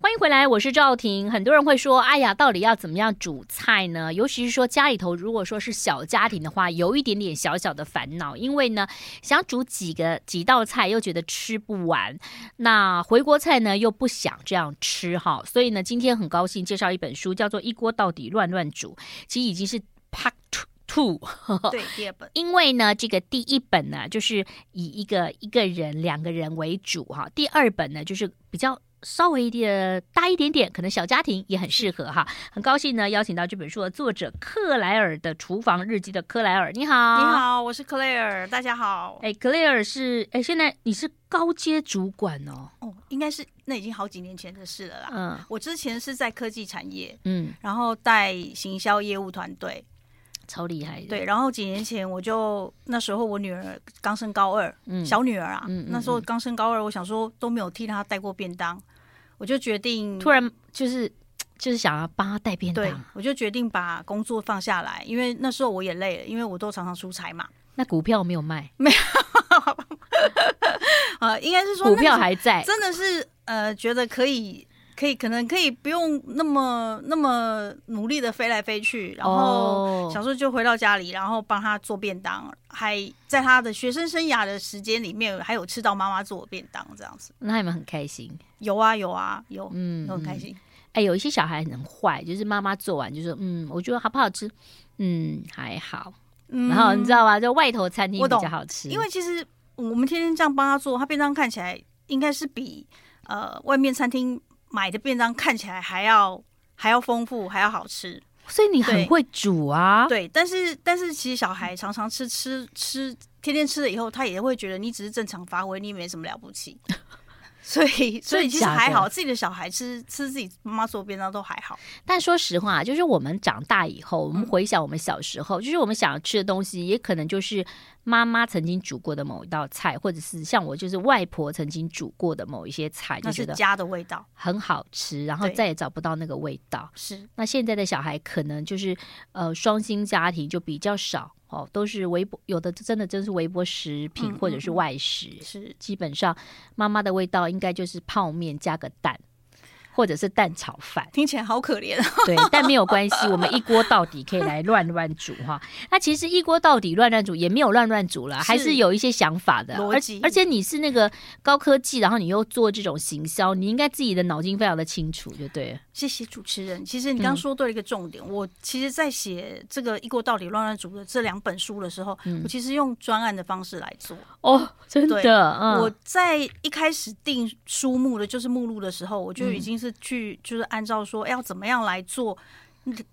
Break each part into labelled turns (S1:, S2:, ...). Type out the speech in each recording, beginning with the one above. S1: 欢迎回来，我是赵婷。很多人会说：“哎呀，到底要怎么样煮菜呢？”尤其是说家里头如果说是小家庭的话，有一点点小小的烦恼，因为呢，想煮几个几道菜又觉得吃不完，那回锅菜呢又不想这样吃哈。所以呢，今天很高兴介绍一本书，叫做《一锅到底乱乱煮》，其实已经是 Part Two。
S2: 对，第二本。
S1: 因为呢，这个第一本呢，就是以一个一个人、两个人为主哈；第二本呢，就是比较稍微的大一点点，可能小家庭也很适合哈。很高兴呢，邀请到这本书的作者克莱尔的《厨房日记》的克莱尔，你好，
S2: 你。好，我是 Claire，大家好。
S1: 啊哎，克莱尔是哎，现在你是高阶主管哦，
S2: 哦，应该是那已经好几年前的事了啦。
S1: 嗯
S2: 我之前是在科技产业，
S1: 嗯，
S2: 然后带行销业务团队。
S1: 超厉害的，
S2: 对，然后几年前我就那时候我女儿刚升高二，
S1: 嗯
S2: 小女儿啊，
S1: 嗯嗯
S2: 那时候刚升高二，我想说都没有替她带过便当，我就决定
S1: 突然就是就是想要帮他带便
S2: 对
S1: 当，，
S2: 我就决定把工作放下来，因为那时候我也累了，因为我都常常出差嘛。
S1: 那股票没有卖，
S2: 呃，应该是说
S1: 股
S2: 那
S1: 票
S2: 时
S1: 还在，
S2: 真的是呃，觉得可以，可以，可能可以不用那么那么努力的飞来飞去，然后
S1: 哦
S2: 小时候就回到家里，然后帮他做便当，还在他的学生生涯的时间里面，还有吃到妈妈做的便当这样子。
S1: 那你们很开心，
S2: 有啊，有啊，有，
S1: 嗯，
S2: 有很开
S1: 嗯
S2: 心。
S1: 哎，有一些小孩很坏，就是妈妈做完就说，嗯，我觉得好不好吃？嗯，还好。
S2: 嗯
S1: 然后你知，道吧？就外头餐厅
S2: 我
S1: 比
S2: 懂
S1: 较好吃，
S2: 嗯因为其实我们天天这样帮他做，他便当看起来应该是比呃外面餐厅买的便当看起来还要还要丰富，还要好吃。
S1: 所以你很
S2: 对
S1: 会煮啊。
S2: 对，但是但是其实小孩常常吃吃吃，天天吃了以后，他也会觉得你只是正常发挥，你也没什么了不起。 所以所以其实
S1: 假的
S2: 还好，自己的小孩吃吃自己妈妈做的便当都还好。
S1: 但说实话，就是我们长大以后，我们
S2: 嗯
S1: 回想我们小时候，就是我们想吃的东西，也可能就是妈妈曾经煮过的某一道菜，或者是像我就是外婆曾经煮过的某一些菜，就
S2: 那
S1: 觉
S2: 是
S1: 得
S2: 家的味道，
S1: 很好吃，然后
S2: 对
S1: 再也找不到那个味道。
S2: 是
S1: 那现在的小孩可能就是呃双薪家庭就比较少哦，都是微波，有的真的真是微波食品
S2: 嗯嗯
S1: 或者是外食，
S2: 是，
S1: 基本上妈妈的味道应该就是泡面加个蛋，或者是蛋炒饭
S2: 听起来好可 怜。啊
S1: 对，但没有关系，我们一锅到底可以来乱乱煮哈。那其实一锅到底乱乱煮也没有乱乱煮啦，
S2: 是
S1: 还是有一些想法的
S2: 逻
S1: 而
S2: 辑
S1: 而且你是那个高科技，然后你又做这种行销，你应该自己的脑筋非常的清楚，就对了。
S2: 谢谢主持人。其实你
S1: 嗯
S2: 刚刚说对了一个重点，我其实，在写这个《一锅到底乱乱煮》的这两本书的时候，我其实用专案的方式来做。
S1: 哦，真
S2: 对
S1: 的，嗯，
S2: 我在一开始定书目的就是目录的时候，我就
S1: 嗯
S2: 已经是去、就是按照说哎要怎么样来做。嗯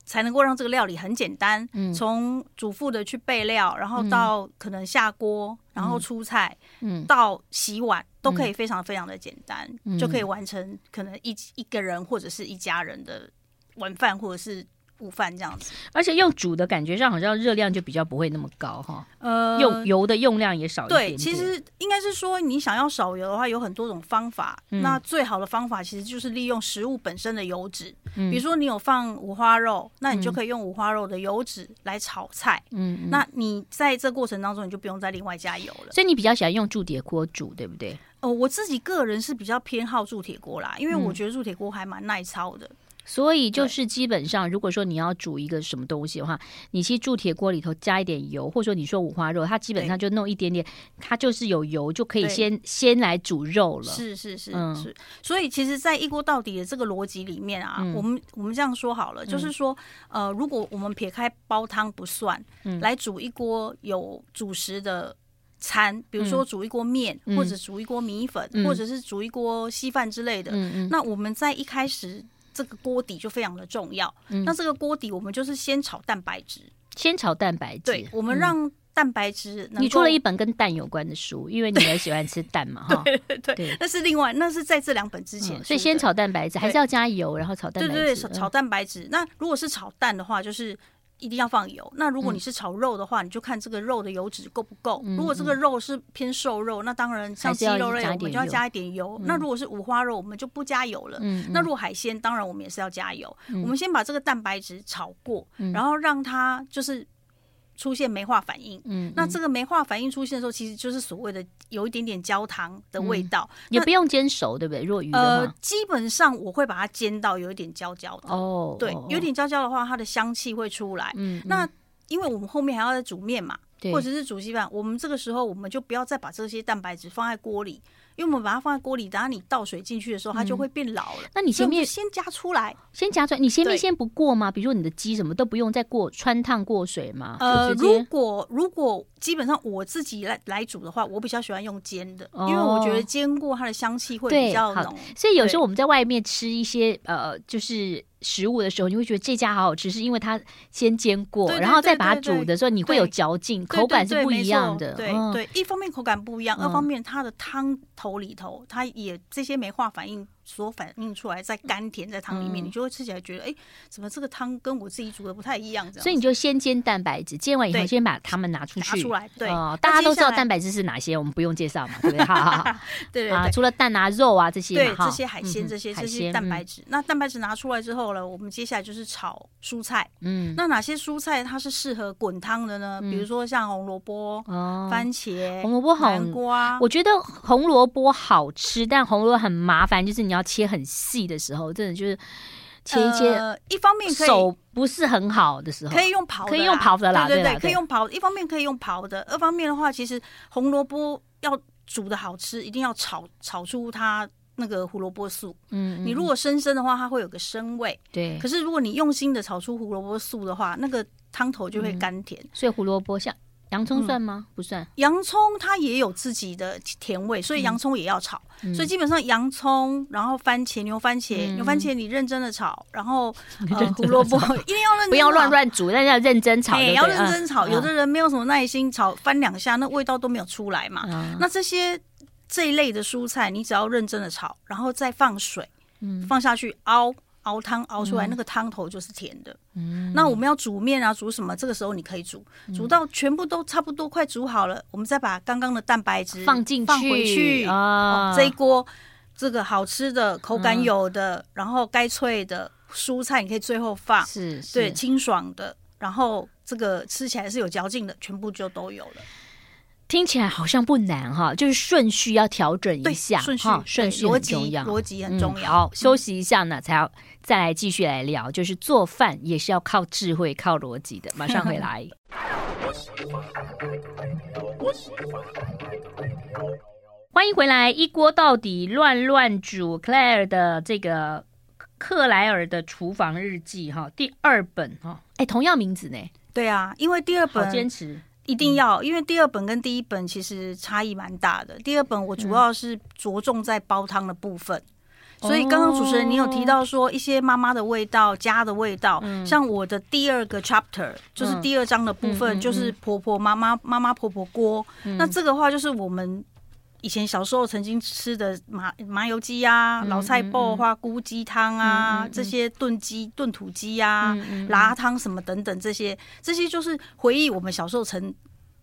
S2: 才能够让这个料理很简单，
S1: 嗯
S2: 从主妇的去备料，然后到可能下锅，然后出菜，
S1: 嗯
S2: 到洗碗都可以非常非常的简单，
S1: 嗯
S2: 就可以完成可能一一个人或者是一家人的晚饭或者是午饭这样子。
S1: 而且用煮的感觉上好像热量就比较不会那么高哈，
S2: 呃，
S1: 用油的用量也少一点
S2: 对，
S1: 点。
S2: 其实应该是说，你想要少油的话，有很多种方法。
S1: 嗯
S2: 那最好的方法其实就是利用食物本身的油脂，
S1: 嗯
S2: 比如说你有放五花肉，那你就可以用五花肉的油脂来炒菜。
S1: 嗯，嗯
S2: 那你在这过程当中，你就不用再另外加油了。
S1: 所以你比较喜欢用铸铁锅煮，对不对？
S2: 哦，我自己个人是比较偏好铸铁锅啦，因
S1: 嗯
S2: 为我觉得铸铁锅还蛮耐操的。
S1: 所以就是基本上，如果说你要煮一个什么东西的话，你其实铸铁锅里头加一点油，或者说你说五花肉，它基本上就弄一点点，它就是有油就可以
S2: 对
S1: 先先来煮肉了。
S2: 是是是
S1: 嗯
S2: 是，所以其实，在一锅到底的这个逻辑里面啊，
S1: 嗯
S2: 我们我们这样说好了，就是说，呃，如果我们撇开煲汤不算，
S1: 嗯
S2: 来煮一锅有主食的。餐，比如说煮一锅面，
S1: 嗯
S2: 或者煮一锅米粉，
S1: 嗯
S2: 或者是煮一锅稀饭之类的。
S1: 嗯嗯，
S2: 那我们在一开始这个锅底就非常的
S1: 嗯
S2: 重要。那这个锅底，我们就是先炒蛋白质，
S1: 先炒蛋白质，
S2: 对，我们让蛋白质能够。
S1: 嗯你出了一本跟蛋有关的书，因为你很喜欢吃蛋嘛，哈。
S2: 对对
S1: 对
S2: 对，那是另外，那是在这两本之
S1: 嗯
S2: 前出的，
S1: 所以先炒蛋白质，还是
S2: 对
S1: 要加油，然后炒蛋
S2: 对
S1: 白
S2: 对对，
S1: 质。
S2: 炒
S1: 嗯
S2: 炒蛋白质。那如果是炒蛋的话，就是一定要放油。那如果
S1: 嗯
S2: 你是炒肉的话，你就看这个肉的油脂够不够。如果这个肉是偏瘦肉，那当然
S1: 嗯还
S2: 像
S1: 是
S2: 鸡
S1: 要
S2: 肉类
S1: 加一
S2: 我们
S1: 点
S2: 就要
S1: 油
S2: 加一点油。那如果是五花肉，我们就不加油了。
S1: 嗯，嗯
S2: 那如果海鲜，当然我们也是要加油。我们先把这个蛋白质炒过，
S1: 嗯
S2: 然后让它就是出现酶化反应。
S1: 嗯，
S2: 那
S1: 嗯
S2: 这个酶化反应出现的时候，其实就是所谓的有一点点焦糖的味道。
S1: 也
S2: 那
S1: 不用煎熟，对不对？若鱼的
S2: 呃
S1: 话，，
S2: 基本上我会把它煎到有一点焦焦的。
S1: 哦，
S2: 对
S1: 哦，
S2: 有，点焦焦的话，它的香气会出来。
S1: 嗯，
S2: 那因为我们后面还要再煮面嘛，
S1: 对
S2: 或者是煮稀饭，我们这个时候我们就不要再把这些蛋白质放在锅里，因为我们把它放在锅里，等下你倒水进去的时候，它就会变老了。
S1: 那你
S2: 所
S1: 嗯
S2: 以
S1: 前
S2: 我们就
S1: 面
S2: 先加出来，
S1: 先夹出来，你先面
S2: 对
S1: 先不过吗？比如说你的鸡什么都不用再过穿烫过水吗？
S2: 呃，
S1: 就直接
S2: 如果如果基本上我自己来来煮的话，我比较喜欢用煎的，
S1: 哦
S2: 因为我觉得煎过它的香气会
S1: 对
S2: 比较
S1: 好
S2: 浓。
S1: 所以有时候
S2: 对
S1: 我们在外面吃一些呃，就是食物的时候，你会觉得这家好好吃，是因为它先煎过，
S2: 对对
S1: 然后再
S2: 对
S1: 把它
S2: 对对
S1: 煮的时候，你会有嚼劲，
S2: 对
S1: 口感
S2: 对
S1: 是
S2: 对
S1: 不
S2: 没
S1: 一
S2: 错
S1: 样的。
S2: 对
S1: 嗯，
S2: 对，一方面口感不一样，二
S1: 嗯
S2: 方面它的汤头里头，它也这些酶化反应所反映出来，在甘甜在汤里面，
S1: 嗯
S2: 你就会吃起来觉得，哎，怎么这个汤跟我自己煮的不太一样？这样子，
S1: 所以你就先煎蛋白质，煎完以后
S2: 对
S1: 先把它们拿出
S2: 拿
S1: 去。
S2: 出来，对，
S1: 哦
S2: 那
S1: 大家都知道
S2: 接下来
S1: 蛋白质是哪些，我们不用介绍嘛，对不对？好好 好
S2: 对对
S1: 啊，
S2: 对。
S1: 除了蛋啊、肉啊这些嘛，
S2: 对
S1: 哈
S2: 这些海鲜，
S1: 嗯
S2: 这些
S1: 海
S2: 这些
S1: 鲜
S2: 蛋白质，那蛋白质拿出来之后呢，我们接下来就是炒蔬菜。
S1: 嗯，
S2: 那哪些蔬菜它是适合滚汤的呢？比如说像红萝卜、
S1: 嗯哦
S2: 番茄、
S1: 红萝卜好
S2: 南瓜，
S1: 我觉得红萝卜好吃，但红萝卜很麻烦，就是你要切很细的时候，真的就是切一切、
S2: 呃，一方面可以
S1: 手不是很好的时候，
S2: 可以用刨的啦，
S1: 可以用刨的啦
S2: 对
S1: 对啦
S2: 对，可
S1: 对
S2: 以用刨。一方面可以用刨的，二方面的话，其实红萝卜要煮的好吃，一定要炒炒出它那个胡萝卜素。
S1: 嗯，哎嗯
S2: 你如果生生的话，它会有个生味；
S1: 对
S2: 可，是如果你用心的炒出胡萝卜素的话，那个汤头就会
S1: 嗯
S2: 甘甜。
S1: 所以胡萝卜像洋
S2: 嗯
S1: 葱算吗？不算，
S2: 洋葱它也有自己的甜味，所以
S1: 嗯
S2: 洋葱也要炒。所以基本上洋葱，然后番茄、牛番茄、
S1: 嗯
S2: 牛番茄你认真的炒，然后、 呃、胡萝卜 一定要认真地
S1: 不要乱
S2: 炒
S1: 乱煮，但是要认真炒就
S2: 哎
S1: 对了，
S2: 要认真炒。
S1: 嗯
S2: 有的人没有什么耐心，炒翻两下，那味道都没有出来嘛。
S1: 嗯
S2: 那这些这一类的蔬菜，你只要认真的炒，然后再放水，
S1: 嗯
S2: 放下去熬熬汤，熬出来、那个汤头就是甜的。
S1: 嗯
S2: 那我们要煮面啊，煮什么？这个时候你可以煮，煮到全部都差不多快煮好了，我们再把刚刚的蛋白质
S1: 放进去
S2: 放回去
S1: 啊
S2: 哦这一锅这个好吃的、口感有的，然后该脆的蔬菜，你可以最后放。
S1: 是是
S2: 对，清爽的，然后这个吃起来是有嚼劲的，全部就都有了。
S1: 听起来好像不难哈，就是顺序要调整一
S2: 对
S1: 下，
S2: 顺序
S1: 哈
S2: 对
S1: 顺序
S2: 逻
S1: 很
S2: 辑
S1: 重要，
S2: 逻辑很重要
S1: 嗯好，休息一下呢，才要再来继续来聊，就是做饭也是要靠智慧、靠逻辑的。马上回 来。欢迎回来，一锅到底乱乱煮 Claire 的这个克莱尔的厨房日记哈，第二本哈，哎，同样名字呢，
S2: 对啊，因为第二
S1: 好坚
S2: 本
S1: 持，
S2: 一定要，因为第二本跟第一本其实差异蛮大的。第二本
S1: 嗯
S2: 我主要是着重在煲汤的部分。所以刚刚主持人你有提
S1: 哦
S2: 到说一些妈妈的味道、家的味道，像我的第二个 chapter 就是第二章的部
S1: 嗯嗯嗯
S2: 分，
S1: 嗯
S2: 就是婆婆妈妈、妈妈婆婆锅。那这个话就是我们以前小时候曾经吃的麻麻油鸡啊、
S1: 嗯
S2: 老菜脯、花菇鸡汤啊，这些炖鸡、炖土鸡
S1: 嗯
S2: 啊、辣汤什么等等，这些这些就是回忆我们小时候曾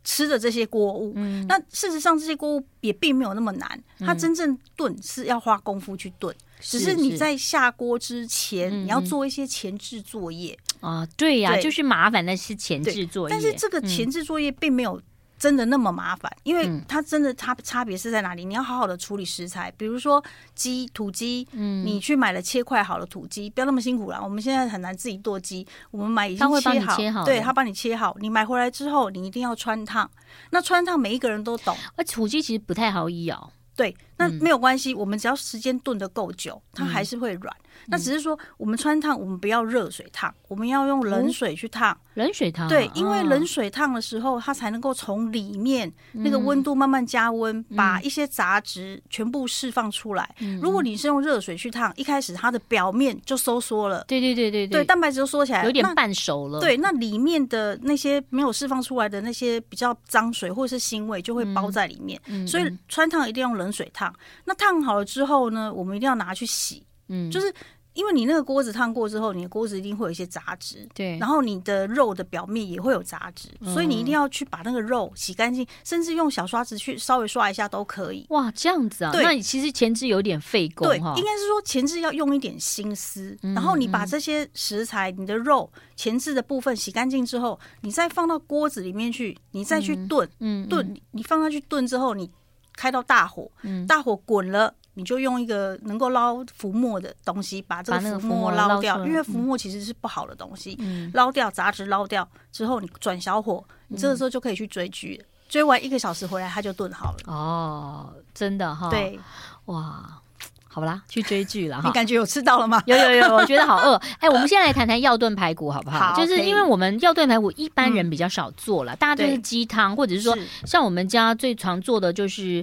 S2: 吃的这些锅物。
S1: 嗯
S2: 那事实上，这些锅物也并没有那么难，它真正炖是要花功夫去炖，只是你在下锅之前，
S1: 嗯
S2: 你要做一些前置作业。
S1: 啊，对呀，
S2: 对
S1: 就是麻烦的是前置作业，
S2: 但是这个前置作业并没有真的那么麻烦，因为
S1: 嗯
S2: 它真的它差别是在哪里？你要好好的处理食材，比如说鸡土鸡，
S1: 嗯
S2: 你去买了切块好的土鸡，不要那么辛苦啦。我们现在很难自己剁鸡，我们买已
S1: 它
S2: 经
S1: 会帮
S2: 切
S1: 你
S2: 好，
S1: 切好
S2: 对
S1: 的
S2: 它帮你切好。你买回来之后，你一定要穿烫。那穿烫每一个人都懂，
S1: 而土鸡其实不太好咬，哦嗯
S2: 对，那没有关系，我们只要时间炖的够久，它还是会软。
S1: 嗯
S2: 那只是说我们穿烫，我们不要热水烫，我们要用冷水去烫。
S1: 冷水汤啊
S2: 对，因为
S1: 哦
S2: 冷水烫的时候，它才能够从里面那个温度慢慢加温，
S1: 嗯
S2: 把一些杂质全部释放出来。如果你是用热水去烫，一开始它的表面就收缩了，
S1: 啊对对对对
S2: 对，蛋白质就缩起来了，
S1: 有点
S2: 那
S1: 半熟了，
S2: 对，那里面的那些没有释放出来的那些比较脏水或者是腥味就会包在里面，
S1: 嗯，
S2: 所以
S1: 嗯
S2: 穿烫一定要用冷水烫。那烫好了之后呢，我们一定要拿去洗，
S1: 嗯
S2: 就是因为你那个锅子烫过之后，你的锅子一定会有一些杂质，
S1: 对，嗯
S2: 然后你的肉的表面也会有杂质，所以你一定要去把那个肉洗干净，甚至用小刷子去稍微刷一下都可以。
S1: 哇这样子啊，
S2: 对
S1: 那你其实前置有点费工
S2: 对，
S1: 哈
S2: 应，该是说前置要用一点心思，
S1: 嗯
S2: 然后你把这些食材、你的肉前置的部分洗干净之后，你再放到锅子里面去，你再去炖、
S1: 嗯，
S2: 炖，你放下去炖之后，你开到大火，
S1: 嗯
S2: 大火滚了。你就用一个能够捞浮沫的东西，把这
S1: 把那个
S2: 个
S1: 浮
S2: 浮
S1: 沫
S2: 沫
S1: 捞
S2: 捞
S1: 出
S2: 掉，
S1: 来
S2: 因为浮沫其实是不好的东西。
S1: 嗯
S2: 捞掉杂质，捞掉之后，你转小火，你这个时候就可以去追剧了。追完一个小时回来，它就炖好了。
S1: 哦，真的哈，，
S2: 对
S1: 哇，好啦，去追剧了
S2: 你
S1: 哈。
S2: 感觉有吃到了吗？
S1: 有有有，我觉得好饿。哎，我们现在来谈谈药炖排骨好不好？
S2: 好
S1: 就是
S2: 可以嗯
S1: 因为我们药炖排骨一般人比较少做了，大家都是
S2: 对
S1: 鸡汤，或者是说像我们家最常做的就是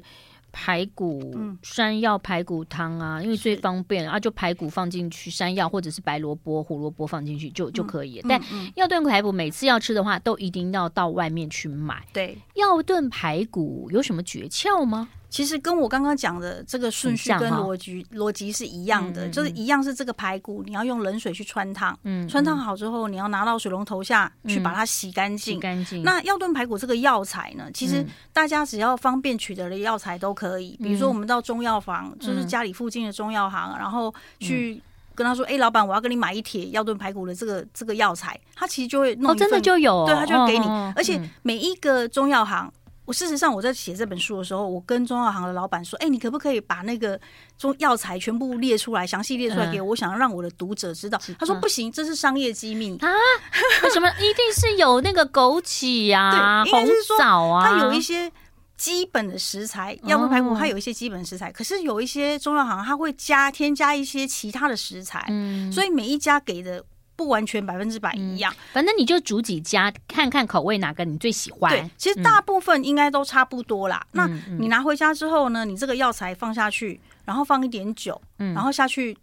S1: 排骨、
S2: 嗯
S1: 山药排骨汤啊，因为最方便啊，就排骨放进去，山药或者是白萝卜、胡萝卜放进去就就可以了。但
S2: 嗯
S1: 药炖排骨每次要吃的话，都一定要到外面去买。
S2: 对，
S1: 药炖排骨有什么诀窍吗？
S2: 其实跟我刚刚讲的这个顺序
S1: 很像
S2: 跟
S1: 哈嗯
S2: 逻辑逻辑是一样的，
S1: 嗯嗯
S2: 就是一样是这个排骨，你要用冷水去穿烫，
S1: 嗯，
S2: 穿烫好之后，你要拿到水龙头下去
S1: 嗯
S2: 把它洗干
S1: 洗
S2: 净。
S1: 干净。
S2: 那药炖排骨这个药材呢，其实
S1: 嗯
S2: 大家只要方便取得的药材都可以。比如说，我们到中药房，就是
S1: 嗯
S2: 家里附近的中药行，然后去跟他说：“哎，老板，我要跟你买一帖药炖排骨的这个这个药材。”他其实就会弄
S1: 哦，
S2: 一
S1: 真的
S2: 份
S1: 就有哦，
S2: 对，他就会给你
S1: 哦哦。
S2: 而且
S1: 嗯
S2: 每一个中药行，我事实上我在写这本书的时候，我跟中药行的老板说：“哎，你可不可以把那个中药材全部列出来，详细列出
S1: 嗯
S2: 来给我？我想让我的读者知道。”他说：“不行，这是商业机密。
S1: 为什么一定是有那个枸杞啊、
S2: 对应
S1: 红
S2: 该是说
S1: 枣啊？
S2: 它有一些基本的食材，药炖排
S1: 哦
S2: 骨它有一些基本食材，可是有一些中药行它会加添加一些其他的食材，
S1: 嗯
S2: 所以每一家给的不完全百分之百一样。
S1: 反正你就煮几家，看看口味哪个你最喜欢。
S2: 对，其实大部分应该都差不多啦。那
S1: 嗯嗯
S2: 你拿回家之后呢，你这个药材放下去，然后放一点酒，
S1: 嗯
S2: 然后下去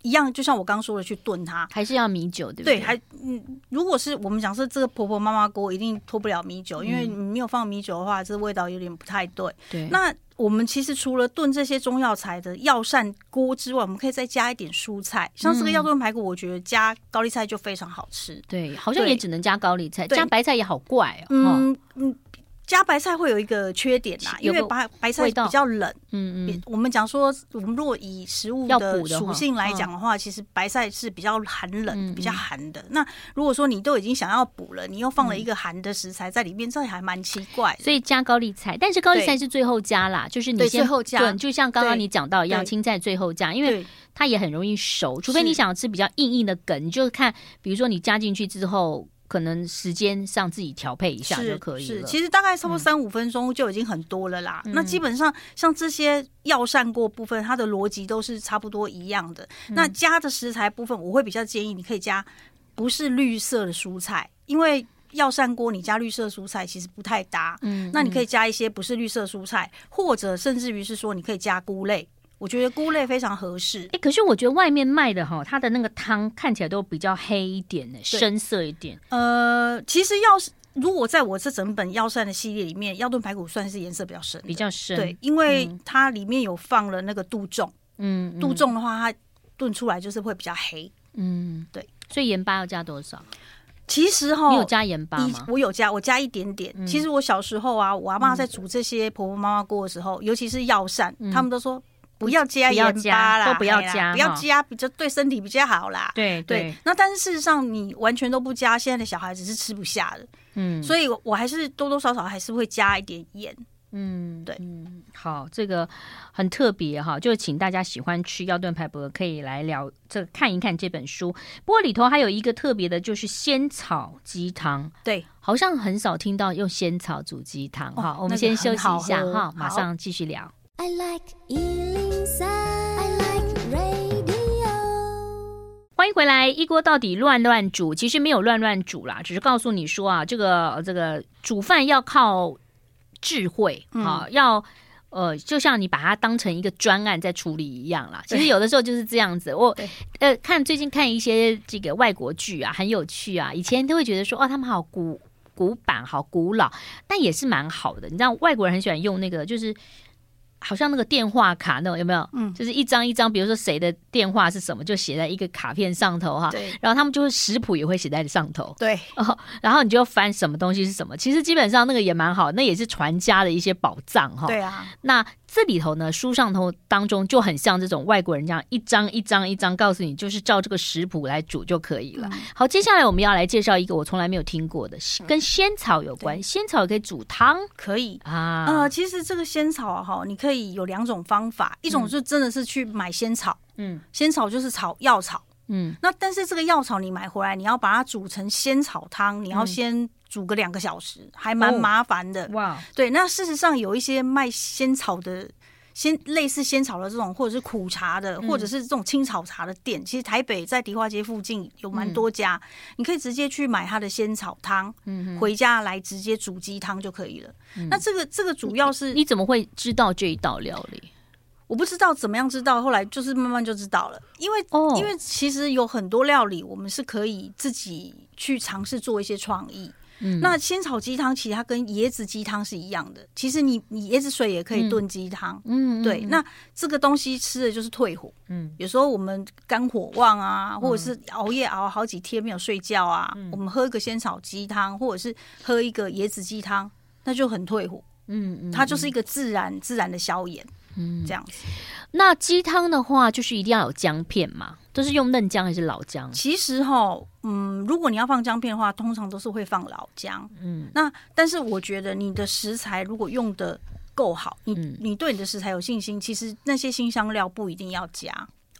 S2: 一样，就像我刚说的去炖它。
S1: 还是要米酒，对不
S2: 对，
S1: 对，
S2: 还嗯，如果是我们讲是这个婆婆妈妈锅，一定脱不了米酒，因为
S1: 嗯
S2: 你没有放米酒的话，这味道有点不太对。
S1: 对
S2: 那我们其实除了炖这些中药材的药膳锅之外，我们可以再加一点蔬菜，像这个药炖排骨，我觉得加高丽菜就非常好吃。
S1: 对，好像
S2: 对
S1: 也只能加高丽菜，
S2: 对
S1: 加白菜也好怪哦。哦
S2: 嗯嗯，加白菜会有一个缺点啦，
S1: 有
S2: 因
S1: 个
S2: 为白白菜
S1: 味道
S2: 比较冷。
S1: 嗯嗯，
S2: 我们讲说，我们如果以食物
S1: 要
S2: 的
S1: 补的话
S2: 属性来讲的话，其实白菜是比较寒
S1: 嗯
S2: 冷、比较寒的。那如果说你都已经想要补了，你又放了一个寒的食材在里面，这还蛮奇怪的。
S1: 嗯所以加高丽菜，但是高丽
S2: 对
S1: 菜是最后加啦，就是你
S2: 对
S1: 先
S2: 最后加
S1: 炖，就像刚刚
S2: 对
S1: 你讲到一样，
S2: 对
S1: 青菜最后加，因为
S2: 对
S1: 它也很容易熟，除非
S2: 是
S1: 你想吃比较硬硬的梗，你就看，比如说你加进去之后，可能时间上自己调配一下就是可以
S2: 是，
S1: 了。嗯
S2: 其实大概差不多三五分钟就已经很多了啦。那基本上像这些药膳锅部分，它的逻辑都是差不多一样的。
S1: 嗯
S2: 那加的食材部分，我会比较建议你可以加不是绿色的蔬菜，因为药膳锅你加绿色蔬菜其实不太搭。
S1: 嗯
S2: 那你可以加一些不是绿色蔬菜，或者甚至于是说你可以加菇类，我觉得菇类非常合适。
S1: 哎、可是我觉得外面卖的哈，它的那个汤看起来都比较黑一点呢，深色一点。
S2: 呃，其实要是如果在我这整本药膳的系列里面，药炖排骨算是颜色比较深的，
S1: 比较深，
S2: 对，，因为它里面有放了那个杜仲，
S1: 嗯，
S2: 杜仲的话，它炖出来就是会比较黑。
S1: 嗯，嗯
S2: 对，
S1: 所以盐巴要加多少？
S2: 其实哈，
S1: 你有加盐巴
S2: 以
S1: 吗？嗯
S2: 我有加，我加一点点。其实我小时候啊，我阿妈在煮这些婆婆妈妈锅的时候，尤其是药膳，他们都说不要加
S1: 嗯不要
S2: 盐巴
S1: 加
S2: 啦，
S1: 都不要
S2: 嘿啦
S1: 加
S2: 不要
S1: 哈
S2: 加，比较对身体比较好啦。
S1: 对
S2: 对，，那但是事实上，你完全都不加，现在的小孩子是吃不下的，
S1: 嗯
S2: 所以我我还是多多少少还是会加一点盐。
S1: 嗯，
S2: 对
S1: 嗯，好，这个很特别哈，就请大家喜欢吃腰炖排骨的可以来聊这个看一看这本书。不过里头还有一个特别的，就是仙草鸡汤，
S2: 对，
S1: 好像很少听到用仙草煮鸡汤哈、
S2: 哦
S1: 我
S2: 那
S1: 们
S2: 个
S1: 先休
S2: 很
S1: 息
S2: 好
S1: 一下
S2: 喝
S1: 哈，马
S2: 好
S1: 上继续聊。
S3: I like Ealing Sound. I like radio.
S1: 欢迎回来，一锅到底乱乱煮，其实没有乱乱煮啦，只是告诉你说啊，这个这个煮饭要靠智慧
S2: 嗯
S1: 啊，要。呃，就像你把它当成一个专案在处理一样啦。其实有的时候就是这样子。我
S2: 对
S1: 呃看最近看一些这个外国剧啊，很有趣啊。以前都会觉得说，哦，他们好古古板，好古老，但也是蛮好的。你知道外国人很喜欢用那个，就是好像那个电话卡那种，有没有？嗯，就是一张一张，比如说谁的电话是什么，就写在一个卡片上头哈。
S2: 对
S1: 然后他们就会食谱也会写在上头。
S2: 对，
S1: 哦， 然后你就翻什么东西是什么，其实基本上那个也蛮好，那也是传家的一些宝藏哈。
S2: 对啊，
S1: 那这里头呢，书上头当中就很像这种外国人这样一张一张一张告诉你，就是照这个食谱来煮就可以了。
S2: 嗯
S1: 好，接下来我们要来介绍一个我从来没有听过的，跟仙草有关，仙草也可以煮汤
S2: 可以。
S1: 啊。
S2: 呃，其实这个仙草啊哈、你可以有两种方法，一种就真的是去买仙草，
S1: 嗯
S2: 仙草就是草药草。
S1: 嗯，
S2: 那但是这个药草你买回来，你要把它煮成仙草汤，你要先煮个两个小时，还蛮
S1: 嗯哦
S2: 麻烦的。
S1: 哇，
S2: 对，那事实上有一些卖仙草的。仙类似仙草的这种，或者是苦茶的，或
S1: 嗯
S2: 者是这种青草茶的店，其实台北在迪化街附近有蛮
S1: 嗯
S2: 多家，你可以直接去买它的仙草汤，
S1: 嗯
S2: 回家来直接煮鸡汤就可以了。那这个这个主要是
S1: 你怎么会知道这一道料理？
S2: 我不知道怎么样知道，后来就是慢慢就知道了，因为、
S1: 哦
S2: 因为其实有很多料理我们是可以自己去尝试做一些创意。
S1: 嗯
S2: 那仙草鸡汤其实它跟椰子鸡汤是一样的，其实你你椰子水也可以炖鸡汤。
S1: 嗯，
S2: 对，那这个东西吃的就是退火。
S1: 嗯，
S2: 有时候我们肝火旺啊，或者是熬夜熬好几天没有睡觉啊，
S1: 嗯
S2: 我们喝一个仙草鸡汤，或者是喝一个椰子鸡汤，那就很退火。
S1: 嗯嗯。
S2: 它就是一个自然自然的消炎，嗯，这样子。
S1: 那鸡汤的话，就是一定要有姜片嘛，都是用嫩姜还是老姜？
S2: 其实哈，嗯，如果你要放姜片的话，通常都是会放老姜。嗯，那但是我觉得你的食材如果用的够好，你、你对你的食材有信心，其实那些新香料不一定要加，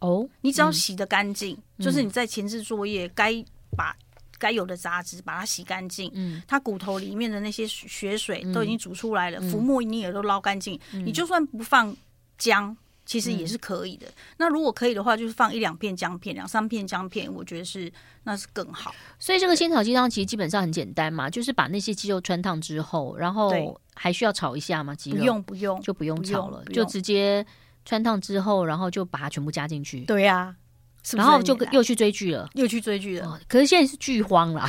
S1: 哦，
S2: 你只要洗得干净，就是你在前置作业该把。该有的杂质把它洗干净，嗯，它骨头里面的那些血水
S1: 嗯
S2: 都已经煮出来了，浮沫你也都捞干净，你就算不放姜，其实
S1: 嗯
S2: 也是可以的。那如果可以的话，就是放一两片姜片，两三片姜片，我觉得是那是更好。
S1: 所以这个仙草鸡汤其实基本上很简单嘛，就是把那些鸡肉穿烫之后，然
S2: 对
S1: 后还需要炒一下嘛，鸡
S2: 不
S1: 肉
S2: 用不用，
S1: 就不用
S2: 不
S1: 炒
S2: 用
S1: 了，
S2: 不
S1: 就
S2: 用
S1: 直接穿烫之后，然后就把它全部加进去，
S2: 对呀、是不
S1: 然
S2: 是
S1: 后
S2: 很
S1: 就
S2: 简单
S1: 又去追剧了。
S2: 又去追剧了。
S1: 哦，可是现在是剧荒啦，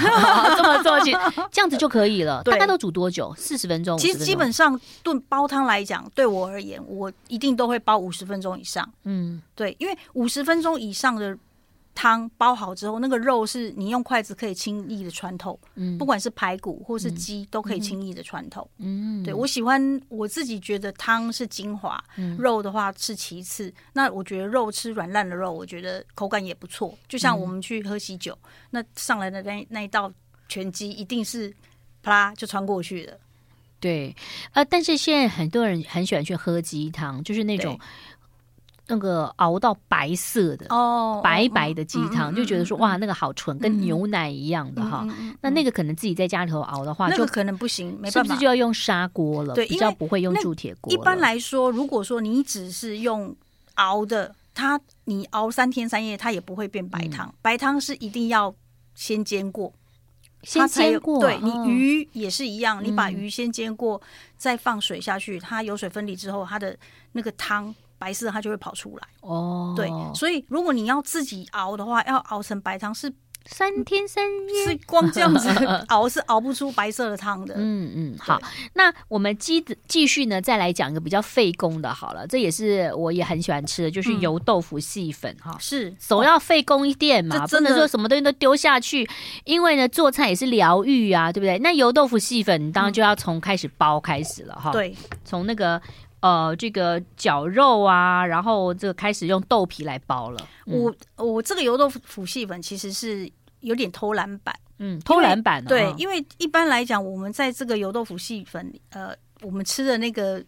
S1: 这么做起这样子就可以了。
S2: 对
S1: 大概都煮多久？四十分钟？
S2: 其
S1: 50
S2: 实
S1: 分
S2: 基
S1: 钟
S2: 本上炖煲汤来讲，对我而言，我一定都会煲五十分钟以上。
S1: 嗯，
S2: 对，因为五十分钟以上的汤煲好之后，那个肉是你用筷子可以轻易的穿透，嗯，不管是排骨
S1: 嗯
S2: 或是鸡、都可以轻易的穿透。嗯，对我喜欢我自己觉得汤是精华，
S1: 嗯
S2: 肉的话是其次。那我觉得肉吃软烂的肉，我觉得口感也不错。就
S1: 嗯
S2: 像我们去喝喜酒，那上来的那那一道全鸡一定是啪啦就穿过去的。
S1: 对，呃，但是现在很多人很喜欢去喝鸡汤，就是那种那个熬到白色的。
S2: 哦嗯
S1: 白白的鸡汤，就觉得说哇，那个好纯，跟牛奶一样的哈。那那个可能自己在家里头熬的话，
S2: 那
S1: 就
S2: 个可能不行，没
S1: 是
S2: 办
S1: 不
S2: 法
S1: 是就要用砂锅了？
S2: 对
S1: 比
S2: 因
S1: 较
S2: 为
S1: 不会用
S2: 那
S1: 铸铁锅了。
S2: 一般来说，如果说你只是用熬的，它你熬三天三夜，它也不会变
S1: 嗯
S2: 白汤。白汤是一定要先煎过，
S1: 先
S2: 它才有
S1: 煎过，嗯
S2: 对
S1: 哦
S2: 你鱼也是一样，你把鱼先煎过，再放水下去，它有水分离之后，它的那个汤白色它就会跑出来。
S1: 哦，
S2: 对，所以如果你要自己熬的话，要熬成白汤是
S1: 三天三夜。
S2: 是光这 样子熬是熬不出白色的汤的。
S1: 嗯嗯，好，那我们继继续呢，再来讲一个比较费工的，好了，这也是我也很喜欢吃的，
S2: 嗯
S1: 就是油豆腐细粉哈。
S2: 是
S1: 总要费工一点嘛，
S2: 这
S1: 不
S2: 真的
S1: 能说什么东西都丢下去，因为呢，做菜也是疗愈啊，对不对？那油豆腐细粉，你当然就要从开始包开始了哈。，
S2: 嗯对，
S1: 从那个呃这个绞肉啊，然后这个开始用豆皮来包了。
S2: 我我这个油豆腐细粉其实是有点偷懒版。
S1: 嗯，偷懒版、啊、
S2: 对，
S1: 为
S2: 因为一般来讲，我们在这个油豆腐细粉里，呃，我们吃的那个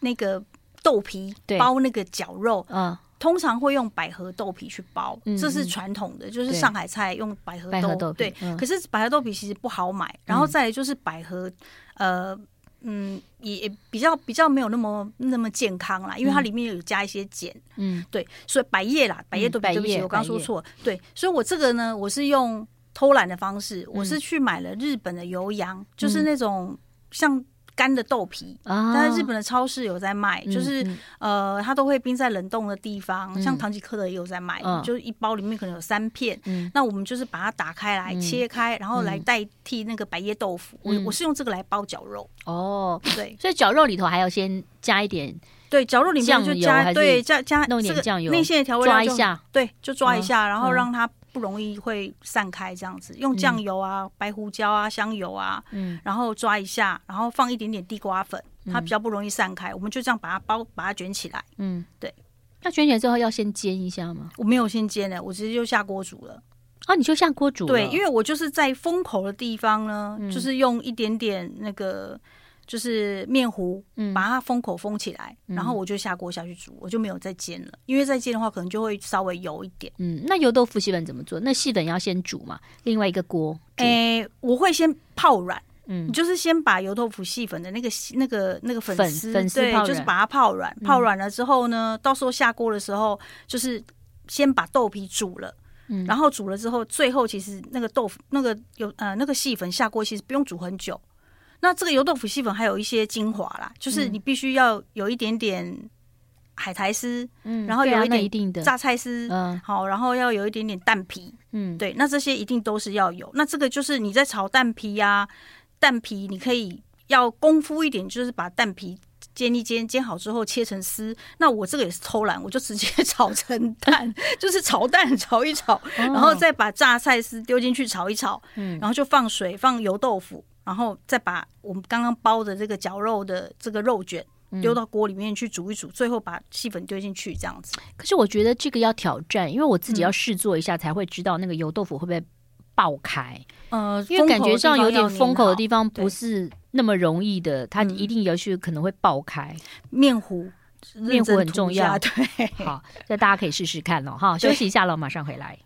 S2: 那个豆皮
S1: 对
S2: 包那个绞肉，
S1: 嗯
S2: 通常会用百合豆皮去包，
S1: 嗯
S2: 这是
S1: 嗯
S2: 传统的，就是
S1: 对
S2: 上海菜用百合
S1: 百合
S2: 豆。
S1: 豆皮
S2: 对，
S1: 嗯
S2: 可是百合豆皮其实不好买，然后再来就是百合，呃。嗯，也比较比较没有那么那么健康啦，因为它里面有加一些碱，
S1: 嗯，
S2: 对，所以百叶啦，百叶
S1: 嗯
S2: 对不
S1: 百
S2: 起，对不起，
S1: 叶
S2: 我刚
S1: 百
S2: 说
S1: 叶
S2: 错了，对，所以我这个呢，我是用偷懒的方式，我是去买了日本的油羊，就
S1: 嗯
S2: 是那种像干的豆皮，
S1: 啊，
S2: 但是日本的超市有在卖，
S1: 嗯
S2: 就是
S1: 嗯
S2: 呃，它都会冰在冷冻的地方，
S1: 嗯
S2: 像唐吉诃德也有在卖，
S1: 嗯
S2: 就是一包里面可能有三片。
S1: 嗯
S2: 那我们就是把它打开来、
S1: 嗯
S2: 切开，然后来
S1: 嗯
S2: 代替那个百叶豆腐。
S1: 嗯
S2: 我我是用这个来包绞肉，
S1: 哦，
S2: 对
S1: 所以绞肉里头还要先加一点，
S2: 对，绞肉里面就
S1: 酱油还
S2: 加
S1: 是
S2: 对加加
S1: 弄一点
S2: 这个
S1: 酱油
S2: 内馅的调味料
S1: 抓一
S2: 就，
S1: 下，
S2: 对，就抓一下，然后
S1: 嗯
S2: 让它不容易会散开这样子。用
S1: 嗯
S2: 酱油啊、白胡椒啊、香油啊，
S1: 嗯
S2: 然后抓一下，然后放一点点地瓜粉，它比较不容易散开。我们就这样把它包把它卷起来。
S1: 嗯，
S2: 对。
S1: 那卷起来之后要先煎一下吗？
S2: 我没有先煎的，我直接就下锅煮了。
S1: 哦，你就下锅煮了，
S2: 对，因为我就是在封口的地方呢，
S1: 嗯
S2: 就是用一点点那个就是面糊
S1: 嗯
S2: 把它封口封起来，
S1: 嗯
S2: 然后我就下锅下去煮，我就没有再煎了，因为再煎的话可能就会稍微油一点。
S1: 嗯，那油豆腐细粉怎么做？那细粉要先煮嘛，另外一个锅煮，
S2: 诶、我会先泡软，
S1: 嗯
S2: 你就是先把油豆腐细粉的那个细那个那个粉
S1: 粉
S2: 丝，
S1: 粉丝
S2: 对
S1: 泡，软嗯
S2: 就是把它泡软，泡软了之后呢，到时候下锅的时候就是先把豆皮煮了。
S1: 嗯
S2: 然后煮了之后，最后其实那个豆腐、那个有呃那个细粉下锅，其实不用煮很久。那这个油豆腐细粉还有一些精华啦，就是
S1: 嗯
S2: 你必须要有一点点海苔丝、
S1: 嗯
S2: 然后
S1: 对啊
S2: 有一
S1: 那
S2: 点
S1: 一定的，
S2: 榨菜丝，
S1: 嗯
S2: 好，然后要有一点点蛋皮，
S1: 嗯，
S2: 对，那这些一定都是要有。那这个就是你在炒蛋皮呀、蛋皮你可以要功夫一点，就是把蛋皮煎一煎，煎好之后切成丝。那我这个也是偷懒，我就直接 炒成蛋，就是炒蛋炒一炒，然后嗯再把榨菜丝丢进去炒一炒，
S1: 嗯
S2: 然后就放水放油豆腐，然后再把我们刚刚包的这个绞肉的这个肉卷。
S1: 嗯
S2: 丢到锅里面去煮一煮，最后把细粉丢进去，这样子。
S1: 可是我觉得这个要挑战，因为我自己要试做一下才会知道那个油豆腐会不会爆开，
S2: 呃，
S1: 因为感觉上有点封口的
S2: 地
S1: 地方不
S2: 对
S1: 是那么容易的，它
S2: 嗯
S1: 一定也许可能会爆开。
S2: 方面糊，
S1: 面糊很重要
S2: 认真涂一下对。
S1: 好， 这大家可以试试看了哈，休息一下了，马上回来。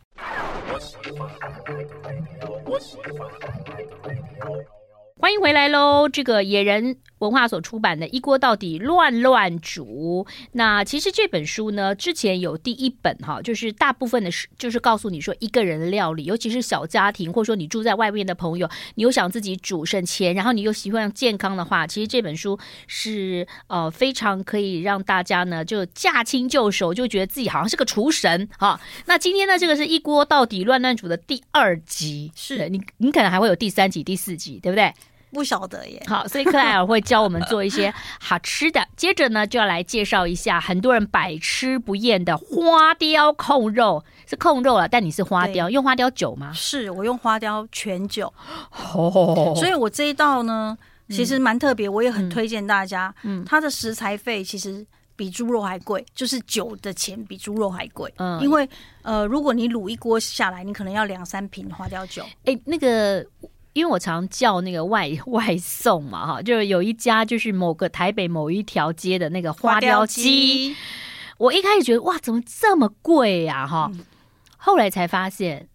S1: 欢迎回来喽！这个野人文化所出版的《一锅到底乱乱煮》，那其实这本书呢，之前有第一本哈，就是大部分的是就是告诉你说一个人料理，尤其是小家庭或者说你住在外面的朋友，你又想自己煮省钱，然后你又喜欢健康的话，其实这本书是呃非常可以让大家呢就驾轻就熟，就觉得自己好像是个厨神哈。那今天呢，这个是一锅到底乱乱煮的第二集，
S2: 是
S1: 对你你可能还会有第三集、第四集，对不对？
S2: 不晓得耶。
S1: 好，所以克莱尔会教我们做一些好吃的。接着呢，就要来介绍一下很多人百吃不厌的花雕控肉，是控肉啊了，但你是花雕，用花雕酒吗？
S2: 是我用花雕全酒，
S1: 哦
S2: 所以我这一道呢，其实蛮特别，我也很推荐大家。
S1: 嗯
S2: 它的食材费其实比猪肉还贵，就是酒的钱比猪肉还贵。
S1: 嗯
S2: 因为呃，如果你卤一锅下来，你可能要两三瓶花雕酒。
S1: 哎、那个，因为我常叫那个外外送嘛，哈，就是有一家就是某个台北某一条街的那个花雕鸡，，我一开始觉得哇，怎么这么贵呀、哈、
S2: 嗯
S1: 后来才发现。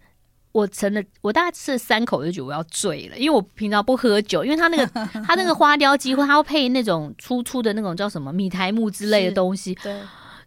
S1: 我成了，我大概吃了三口我就觉得我要醉了，因为我平常不喝酒，因为它 那个它那个花雕鸡会，它会配那种粗粗的那种叫什么米苔木之类的
S2: 是
S1: 东西，
S2: 对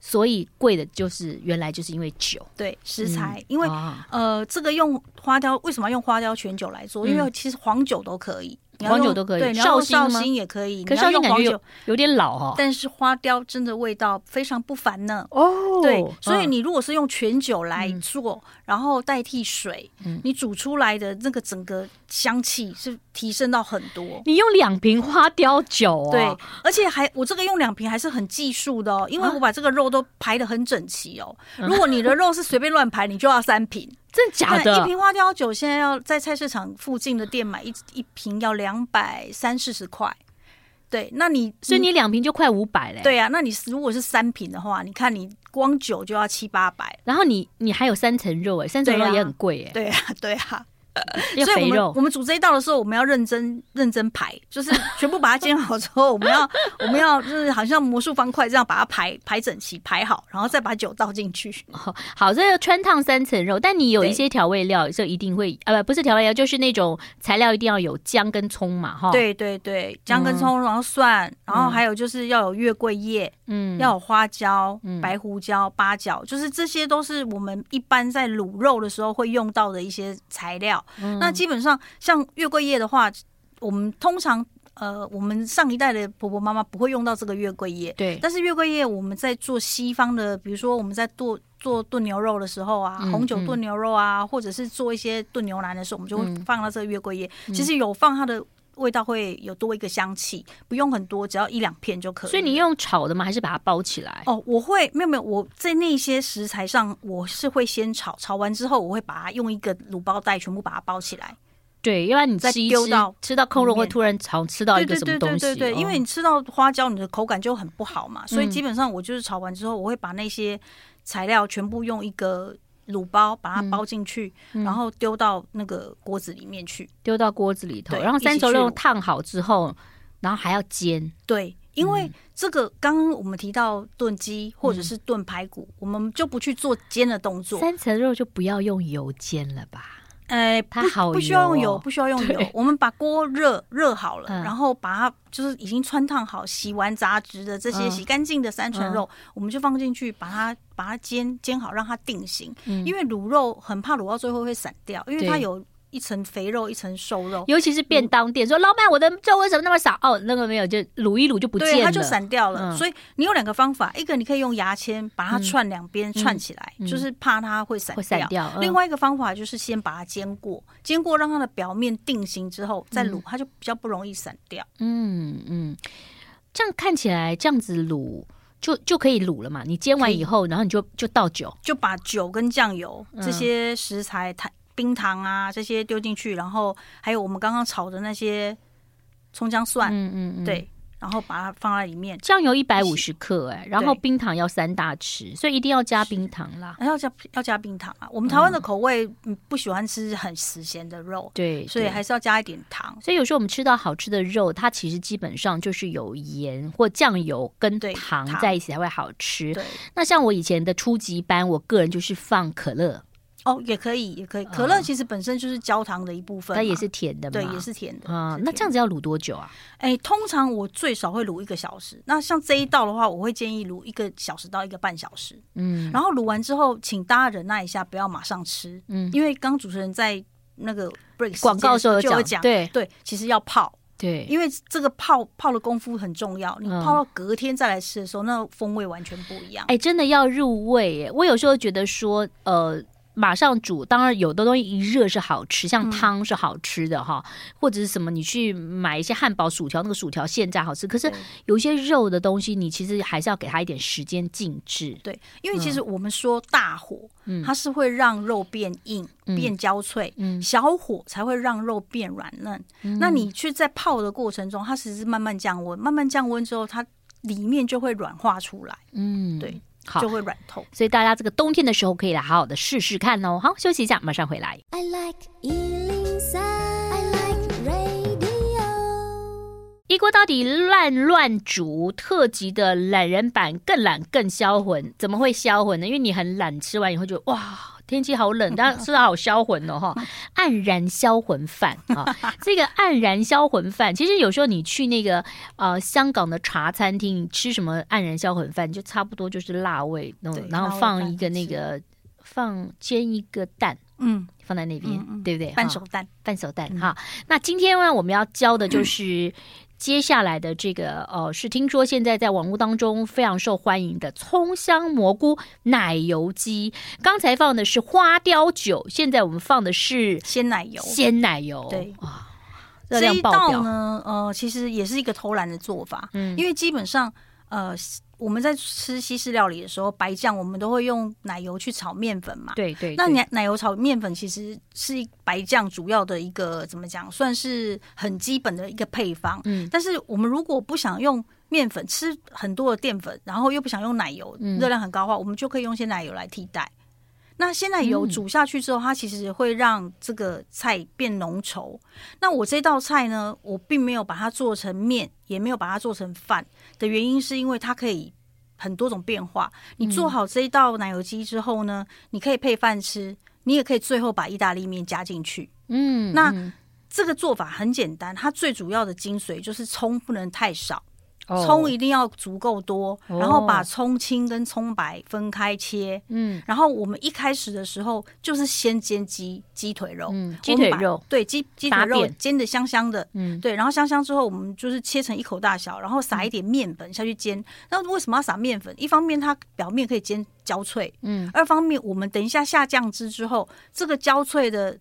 S1: 所以贵的就是原来就是因为酒，
S2: 对，食材，因为
S1: 啊
S2: 呃，这个用花雕为什么要用花雕全酒来做？因为其实黄酒都可以，你
S1: 嗯
S2: 要
S1: 黄酒
S2: 用
S1: 都可以
S2: 对，你要
S1: 绍
S2: 用
S1: 兴
S2: 绍
S1: 吗
S2: 兴也可以，
S1: 可是绍兴
S2: 你要用
S1: 感
S2: 黄
S1: 觉
S2: 酒
S1: 有，有点老哦哈、
S2: 但是花雕真的味道非常不凡呢。
S1: 哦嗯
S2: 对，所以你如果是用全酒来做，然后代替水，你煮出来的那个整个香气是提升到很多。
S1: 你用两瓶花雕酒、哦，
S2: 对，而且还我这个用两瓶还是很技术的哦，因为
S1: 啊
S2: 我把这个肉都排的很整齐哦。如果你的肉是随便乱排，你就要三瓶。
S1: 真的嗯 假
S2: 那
S1: 的
S2: 一？瓶花雕酒现在要在菜市场附近的店买一一瓶要两百三四十块。对，那你
S1: 所以你两瓶就快五百嘞。，
S2: 对啊，那你如果是三瓶的话，你看你光酒就要七八百。
S1: 然后你你还有三层肉哎，三层
S2: 对
S1: 肉
S2: 啊
S1: 也很贵哎。
S2: 对啊，对啊，
S1: 要
S2: 所以
S1: 肥
S2: 我们
S1: 肉
S2: 我，们煮这一道的时候，我们要认真认真排，就是全部把它煎好之后，我们要我们要就是好像魔术方块这样把它排排整齐排好，然后再把酒倒进去。
S1: 好，这个穿烫三层肉，但你有一
S2: 对
S1: 些调味料，就一定会啊，不不是调味料，就是那种材料一定要有姜跟葱嘛，哈。，
S2: 对对对，姜跟葱，然后蒜，然后还有就是要有月桂叶，
S1: 嗯，
S2: 要有花椒、
S1: 嗯
S2: 白胡椒、八角，就是这些都是我们一般在卤肉的时候会用到的一些材料。
S1: 嗯
S2: 那基本上像月桂叶的话，我们通常呃，我们上一代的婆婆妈妈不会用到这个月桂叶，
S1: 对，
S2: 但是月桂叶我们在做西方的，比如说我们在做做炖牛肉的时候啊，
S1: 嗯
S2: 红酒炖牛肉啊，或者是做一些炖牛腩的时候，我们就会
S1: 嗯
S2: 放到这个月桂叶。其实有放它的味道会有多一个香气，不用很多，只要一两片就可以了。
S1: 所以你用炒的吗？还是把它包起来？
S2: 哦，我会没有没有，我在那些食材上我是会先炒，炒完之后我会把它用一个卤包袋全部把它包起来。
S1: 对，要不然你
S2: 再
S1: 吃一
S2: 丢
S1: 吃
S2: 到，
S1: 吃到空肉
S2: 里
S1: 会
S2: 面
S1: 突然尝吃到一
S2: 对
S1: 个
S2: 对
S1: 什么
S2: 对
S1: 东
S2: 对
S1: 西，
S2: 对对，因为
S1: 哦
S2: 你吃到花椒，你的口感就很不好嘛，所以
S1: 嗯
S2: 基本上我就是炒完之后，我会把那些材料全部用一个。卤包把它
S1: 嗯
S2: 包进去，然后丢到那个锅子里面去。
S1: 丢到锅子里头，
S2: 对
S1: 然后
S2: 一起
S1: 三轴
S2: 去
S1: 肉
S2: 卤
S1: 烫好之后，然后还要煎，
S2: 对，因为
S1: 嗯
S2: 这个刚刚我们提到炖鸡或者是炖排骨，我们就不去做煎的动作。
S1: 三层肉就不要用油煎了吧？
S2: 呃，
S1: 它
S2: 不
S1: 好
S2: 不需要用
S1: 油
S2: 油，
S1: 哦
S2: 不需要用油
S1: 对。
S2: 我们把锅热热好了，
S1: 嗯
S2: 然后把它就是已经穿烫好、洗完杂质的这些
S1: 嗯
S2: 洗干净的三层肉，我们就放进去，把它把它煎煎好，让它定型。
S1: 嗯
S2: 因为卤肉很怕卤到最后会散掉，因为
S1: 对
S2: 它有一层肥肉，一层瘦肉，
S1: 尤其是便当
S2: 嗯
S1: 店说老板我的肉为什么那么少？哦，那个没有，就卤一卤就不见
S2: 对，
S1: 了，
S2: 它就散掉了。
S1: 嗯
S2: 所以你有两个方法，一个你可以用牙签把它
S1: 嗯
S2: 串两边、串起来，
S1: 嗯
S2: 就是怕它会散
S1: 会散掉。嗯
S2: 另外一个方法就是先把它煎过，煎过让它的表面定型之后再卤，它就比较不容易散掉。
S1: 嗯嗯，这样看起来这样子卤就就可以卤了嘛？你煎完以后，然后你就就倒酒，
S2: 就把酒跟酱油
S1: 嗯
S2: 这些食材、糖、冰糖啊这些丢进去，然后还有我们刚刚炒的那些葱姜蒜，
S1: 嗯嗯嗯，。
S2: 对，然后把它放在里面。
S1: 酱油一百五十克、哎，然后
S2: 对
S1: 冰糖要三大匙，所以一定要加冰糖啦。
S2: 啊要加要加冰糖啊！我们台湾的口味嗯不喜欢吃很死咸的肉，
S1: 对，
S2: 所以
S1: 对
S2: 还是要加一点糖。
S1: 所以有时候我们吃到好吃的肉，它其实基本上就是有盐或酱油跟
S2: 对
S1: 糖
S2: 糖
S1: 在一起才会好吃。
S2: 对，
S1: 那像我以前的初级班，我个人就是放可乐，
S2: 哦，也可以，也可以。可乐其实本身就是焦糖的一部分
S1: 嗯
S2: 嘛，
S1: 它也是甜的嘛，
S2: 对，也是甜的
S1: 啊、
S2: 是
S1: 那
S2: 甜
S1: 这样子要卤多久啊？
S2: 哎、通常我最少会卤一个小时。那像这一道的话，我会建议卤一个小时到一个半小时。
S1: 嗯，
S2: 然后卤完之后，请大家忍耐一下，不要马上吃。
S1: 嗯
S2: 嗯，因为刚主持人在那个 break
S1: 广告时候有
S2: 就有
S1: 讲
S2: 讲，
S1: 对
S2: 对，其实要泡，
S1: 对，
S2: 因为这个泡泡的功夫很重要。你
S1: 嗯
S2: 泡到隔天再来吃的时候，那风味完全不一样。
S1: 哎，真的要入味耶！我有时候觉得说，呃。马上煮，当然有的东西一热是好吃，
S2: 嗯
S1: 像汤是好吃的哈，或者是什么，你去买一些汉堡、薯条，那个薯条现炸好吃。可是
S2: 对
S1: 有一些肉的东西，你其实还是要给它一点时间静置。
S2: 对，因为其实我们说大火，
S1: 嗯
S2: 它是会让肉变硬、
S1: 嗯
S2: 变焦脆，
S1: 嗯
S2: 小火才会让肉变软嫩。那你去在泡的过程中，它其实是慢慢降温，慢慢降温之后，它里面就会软化出来，
S1: 嗯，
S2: 对，
S1: 好
S2: 就。会软透。
S1: 所以大家这个冬天的时候可以来好好的试试看哦。好，休息一下，马上回来。
S3: I like Ealing Sound. I like radio.
S1: 一锅到底乱乱煮特级的懒人版，更懒更销魂，怎么会销魂呢？因为你很懒，吃完以后就哇。天气好 冷，但吃的好销魂哦哈！黯然销魂饭 啊，这个黯然销魂饭，其实有时候你去那个呃香港的茶餐厅你吃什么黯然销魂饭，就差不多就是辣味，然后
S2: 对
S1: 然
S2: 辣
S1: 后
S2: 味
S1: 放
S2: 饭
S1: 一个那
S2: 是
S1: 个放煎一个蛋
S2: 嗯，
S1: 放在那边，
S2: 嗯嗯
S1: 对不对？
S2: 半
S1: 哈
S2: 熟蛋，
S1: 半熟
S2: 嗯
S1: 蛋哈。那今天呢，我们要教的就是 接下来的这个呃，是听说现在在网络当中非常受欢迎的葱香蘑菇奶油鸡。刚才放的是花雕酒，现在我们放的是
S2: 鲜奶油。
S1: 鲜奶油，
S2: 对
S1: 哇，热
S2: 这
S1: 量
S2: 一
S1: 爆
S2: 道
S1: 表。
S2: 呢，呃，其实也是一个偷懒的做法，
S1: 嗯
S2: 因为基本上，呃，我们在吃西式料理的时候，白酱我们都会用奶油去炒面粉嘛，
S1: 对对，
S2: 那
S1: 对
S2: 奶奶油炒面粉其实是一白酱主要的一个怎么讲，算是很基本的一个配方。
S1: 嗯
S2: 但是我们如果不想用面粉，吃很多的淀粉，然后又不想用奶油，
S1: 嗯
S2: 热量很高的话，我们就可以用一些奶油来替代。那现在油
S1: 嗯
S2: 煮下去之后，它其实会让这个菜变浓稠。那我这道菜呢，我并没有把它做成面，也没有把它做成饭的原因，是因为它可以很多种变化。你
S1: 嗯
S2: 做好这一道奶油鸡之后呢，你可以配饭吃，你也可以最后把意大利面加进去。
S1: 嗯，
S2: 那
S1: 嗯
S2: 这个做法很简单，它最主要的精髓就是葱不能太少，
S1: 哦
S2: 葱一定要足够多，
S1: 哦
S2: 然后把葱青跟葱白分开切。
S1: 嗯
S2: 然后我们一开始的时候就是先煎鸡鸡腿肉，
S1: 嗯鸡腿
S2: 我们把
S1: 肉
S2: 对鸡鸡
S1: 打
S2: 腿肉
S1: 扁
S2: 煎的香香的，
S1: 嗯
S2: 对，然后香香之后我们就是切成一口大小，然后撒一点面粉下去煎。那为什么要撒面粉？一方面它表面可以煎焦脆，
S1: 嗯
S2: 二方面我们等一下下酱汁之后，这个焦脆的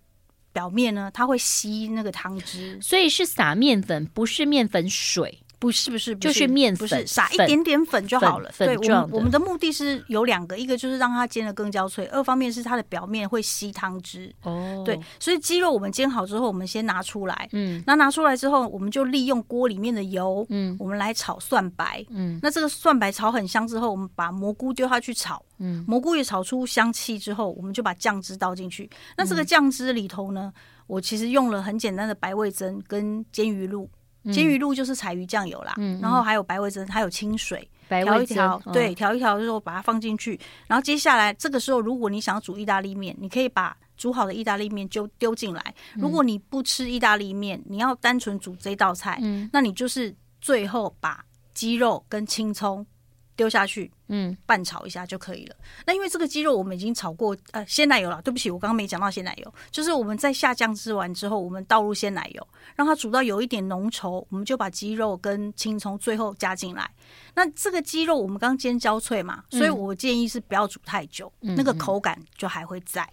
S2: 表面呢，它会吸那个汤汁，
S1: 所以是撒面粉，不是面粉水。
S2: 不是不是不
S1: 就是面粉
S2: 不是撒一
S1: 粉
S2: 点点粉就好了。
S1: 粉
S2: 对，
S1: 粉
S2: 我
S1: 状
S2: 们
S1: 的
S2: 我们的目的是有两个，一个就是让它煎得更焦脆，二方面是它的表面会吸汤汁。
S1: 哦
S2: 对，，所以鸡肉我们煎好之后，我们先拿出来，
S1: 嗯
S2: 那拿出来之后，我们就利用锅里面的油，
S1: 嗯
S2: 我们来炒蒜白。
S1: 嗯
S2: 那这个蒜白炒很香之后，我们把蘑菇丢下去炒，
S1: 嗯
S2: 蘑菇也炒出香气之后，我们就把酱汁倒进去。那
S1: 嗯
S2: 这个酱汁里头呢，我其实用了很简单的白味噌跟煎鱼露，煎鱼露就是柴鱼酱油啦，
S1: 嗯嗯嗯
S2: 然后还有白味噌，还有清水，
S1: 白
S2: 调
S1: 味哦嗯
S2: 一调
S1: 噌，
S2: 对，，调一调之后把它放进去。然后接下来这个时候，如果你想要煮意大利面，你可以把煮好的意大利面就丢进来。
S1: 嗯
S2: 如果你不吃意大利面，你要单纯煮这道菜，
S1: 嗯
S2: 那你就是最后把鸡肉跟青葱丢下去，
S1: 嗯
S2: 拌炒一下就可以了。那因为这个鸡肉我们已经炒过，呃，鲜奶油了。对不起，我刚刚没讲到鲜奶油，就是我们在下酱汁完之后，我们倒入鲜奶油，让它煮到有一点浓稠，我们就把鸡肉跟青葱最后加进来。那这个鸡肉我们刚煎焦脆嘛，所以我建议是不要煮太久，那个口感就还会在。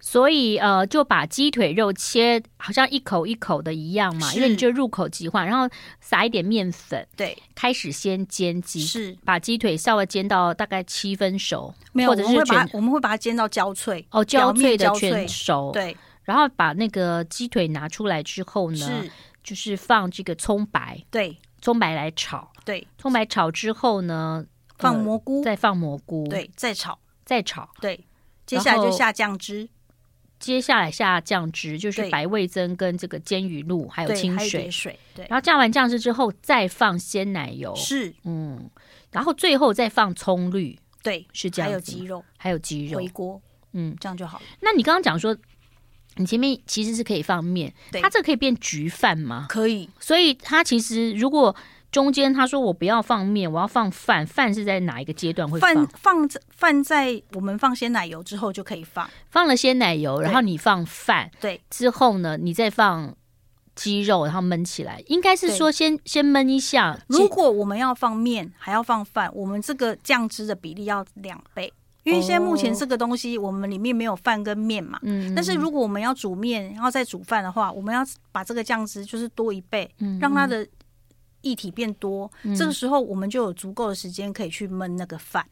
S1: 所以呃，就把鸡腿肉切好像一口一口的一样嘛，
S2: 是
S1: 因为你就入口即化，然后撒一点面粉，
S2: 对，
S1: 开始先煎鸡，
S2: 是
S1: 把鸡腿稍微煎到大概七分熟，
S2: 没
S1: 嗯
S2: 有，
S1: 或
S2: 我
S1: 者
S2: 们
S1: 是
S2: 会把
S1: 全
S2: 它我们会把它煎到焦脆，
S1: 哦焦
S2: 表面
S1: 脆的
S2: 焦脆
S1: 全。熟，，
S2: 对，
S1: 然后把那个鸡腿拿出来之后呢
S2: 是，，
S1: 就是放这个葱白，
S2: 对
S1: 葱白来炒，
S2: 对，
S1: 葱白炒之后呢，
S2: 放
S1: 呃
S2: 蘑菇，
S1: 再放蘑菇，，
S2: 对，再炒，
S1: 再炒，
S2: 对，接下来
S1: 然
S2: 就
S1: 后
S2: 下酱汁。
S1: 接下来下酱汁，就是
S2: 对
S1: 白味噌跟这个煎鱼露，还有
S2: 对，
S1: 清
S2: 还有一
S1: 水
S2: 点，水，对，
S1: 然后加完酱汁之后再放鲜奶油，
S2: 是，
S1: 嗯，然后最后再放葱绿，
S2: 对，
S1: 是这样
S2: 还有
S1: 子
S2: 鸡
S1: 吗
S2: 肉
S1: 还有鸡肉
S2: 回，锅，
S1: 嗯。
S2: 这样就好了，
S1: 那你刚刚讲说，你前面其实是可以放面，
S2: 对
S1: 它这可以变焗饭吗？
S2: 可以。
S1: 所以它其实如果中间他说我不要放面，我要放饭，饭是在哪一个阶段会放？
S2: 放放在放在我们放鲜奶油之后就可以放，
S1: 放了鲜奶油，然后你放饭
S2: 对，
S1: 之后呢，你再放鸡肉，然后焖起来，应该是
S2: 对
S1: 说先先焖一下。
S2: 如
S1: 鸡
S2: 果我们要放面，还要放饭，我们这个酱汁的比例要两倍，因为现在目前
S1: 哦
S2: 这个东西我们里面没有饭跟面嘛。
S1: 嗯，
S2: 但是如果我们要煮面，然后再煮饭的话，我们要把这个酱汁就是多一倍，
S1: 嗯
S2: 让它的液体变多。这个时候我们就有足够的时间可以去焖那个饭。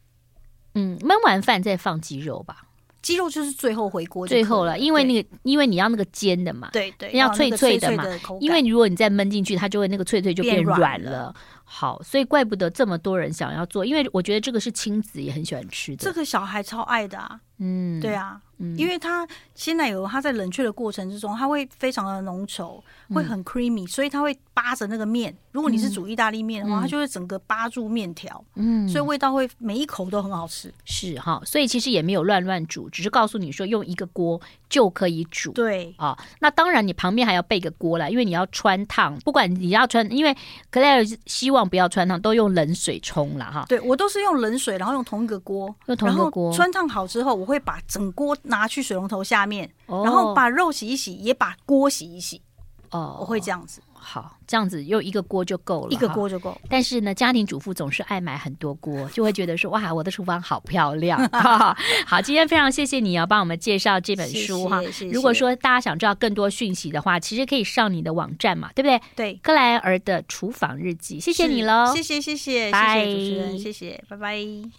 S1: 嗯焖完饭再放鸡肉吧，
S2: 鸡肉就是最后回锅就可以，
S1: 最后了，因为
S2: 个
S1: 那个因为你要那个煎的嘛，
S2: 对对
S1: 要
S2: 有那
S1: 脆
S2: 个
S1: 脆
S2: 脆
S1: 的嘛
S2: 的口感
S1: 因为如果你再焖进去，它就会那个脆脆就
S2: 变
S1: 变
S2: 软
S1: 软
S2: 了
S1: 了。好，所以怪不得这么多人想要做，因为我觉得这个是亲子也很喜欢吃的。
S2: 这个小孩超爱的啊，
S1: 嗯，
S2: 对啊，
S1: 嗯
S2: 因为它鲜奶油它在冷却的过程之中，它会非常的浓稠，会很 creamy，、所以它会扒着那个面。如果你是煮意大利面的
S1: 嗯
S2: 话，
S1: 嗯
S2: 它就会整个扒住面条，
S1: 嗯，
S2: 所以味道会每一口都很好吃。
S1: 是哈，所以其实也没有乱乱煮，只是告诉你说用一个锅就可以煮。
S2: 对，
S1: 啊、那当然，你旁边还要备个锅啦，因为你要穿烫，不管你要穿，因为 Claire 希望不要穿烫，都用冷水冲啦。哈。
S2: 对我都是用冷水，然后用同一个锅，
S1: 用同一个锅
S2: 然后穿烫好之后，我会把整锅拿去水龙头下面，
S1: 哦
S2: 然后把肉洗一洗，也把锅洗一洗，
S1: 哦，
S2: 我会这样子，
S1: 好，这样子用一个锅就够了，
S2: 一个
S1: 哈
S2: 锅就够。
S1: 但是呢，家庭主妇总是爱买很多锅，就会觉得说哇，我的厨房好漂 亮。 好，今天非常谢谢你要哦帮我们介绍这本书哈。
S2: 谢谢谢谢
S1: 如果说大家想知道更多讯息的话，其实可以上你的网站嘛，对不对？
S2: 对，
S1: 克莱尔的厨房日记，谢
S2: 谢
S1: 谢你喽，
S2: 谢谢谢谢谢
S1: 拜
S2: 谢主持人，谢谢，拜拜。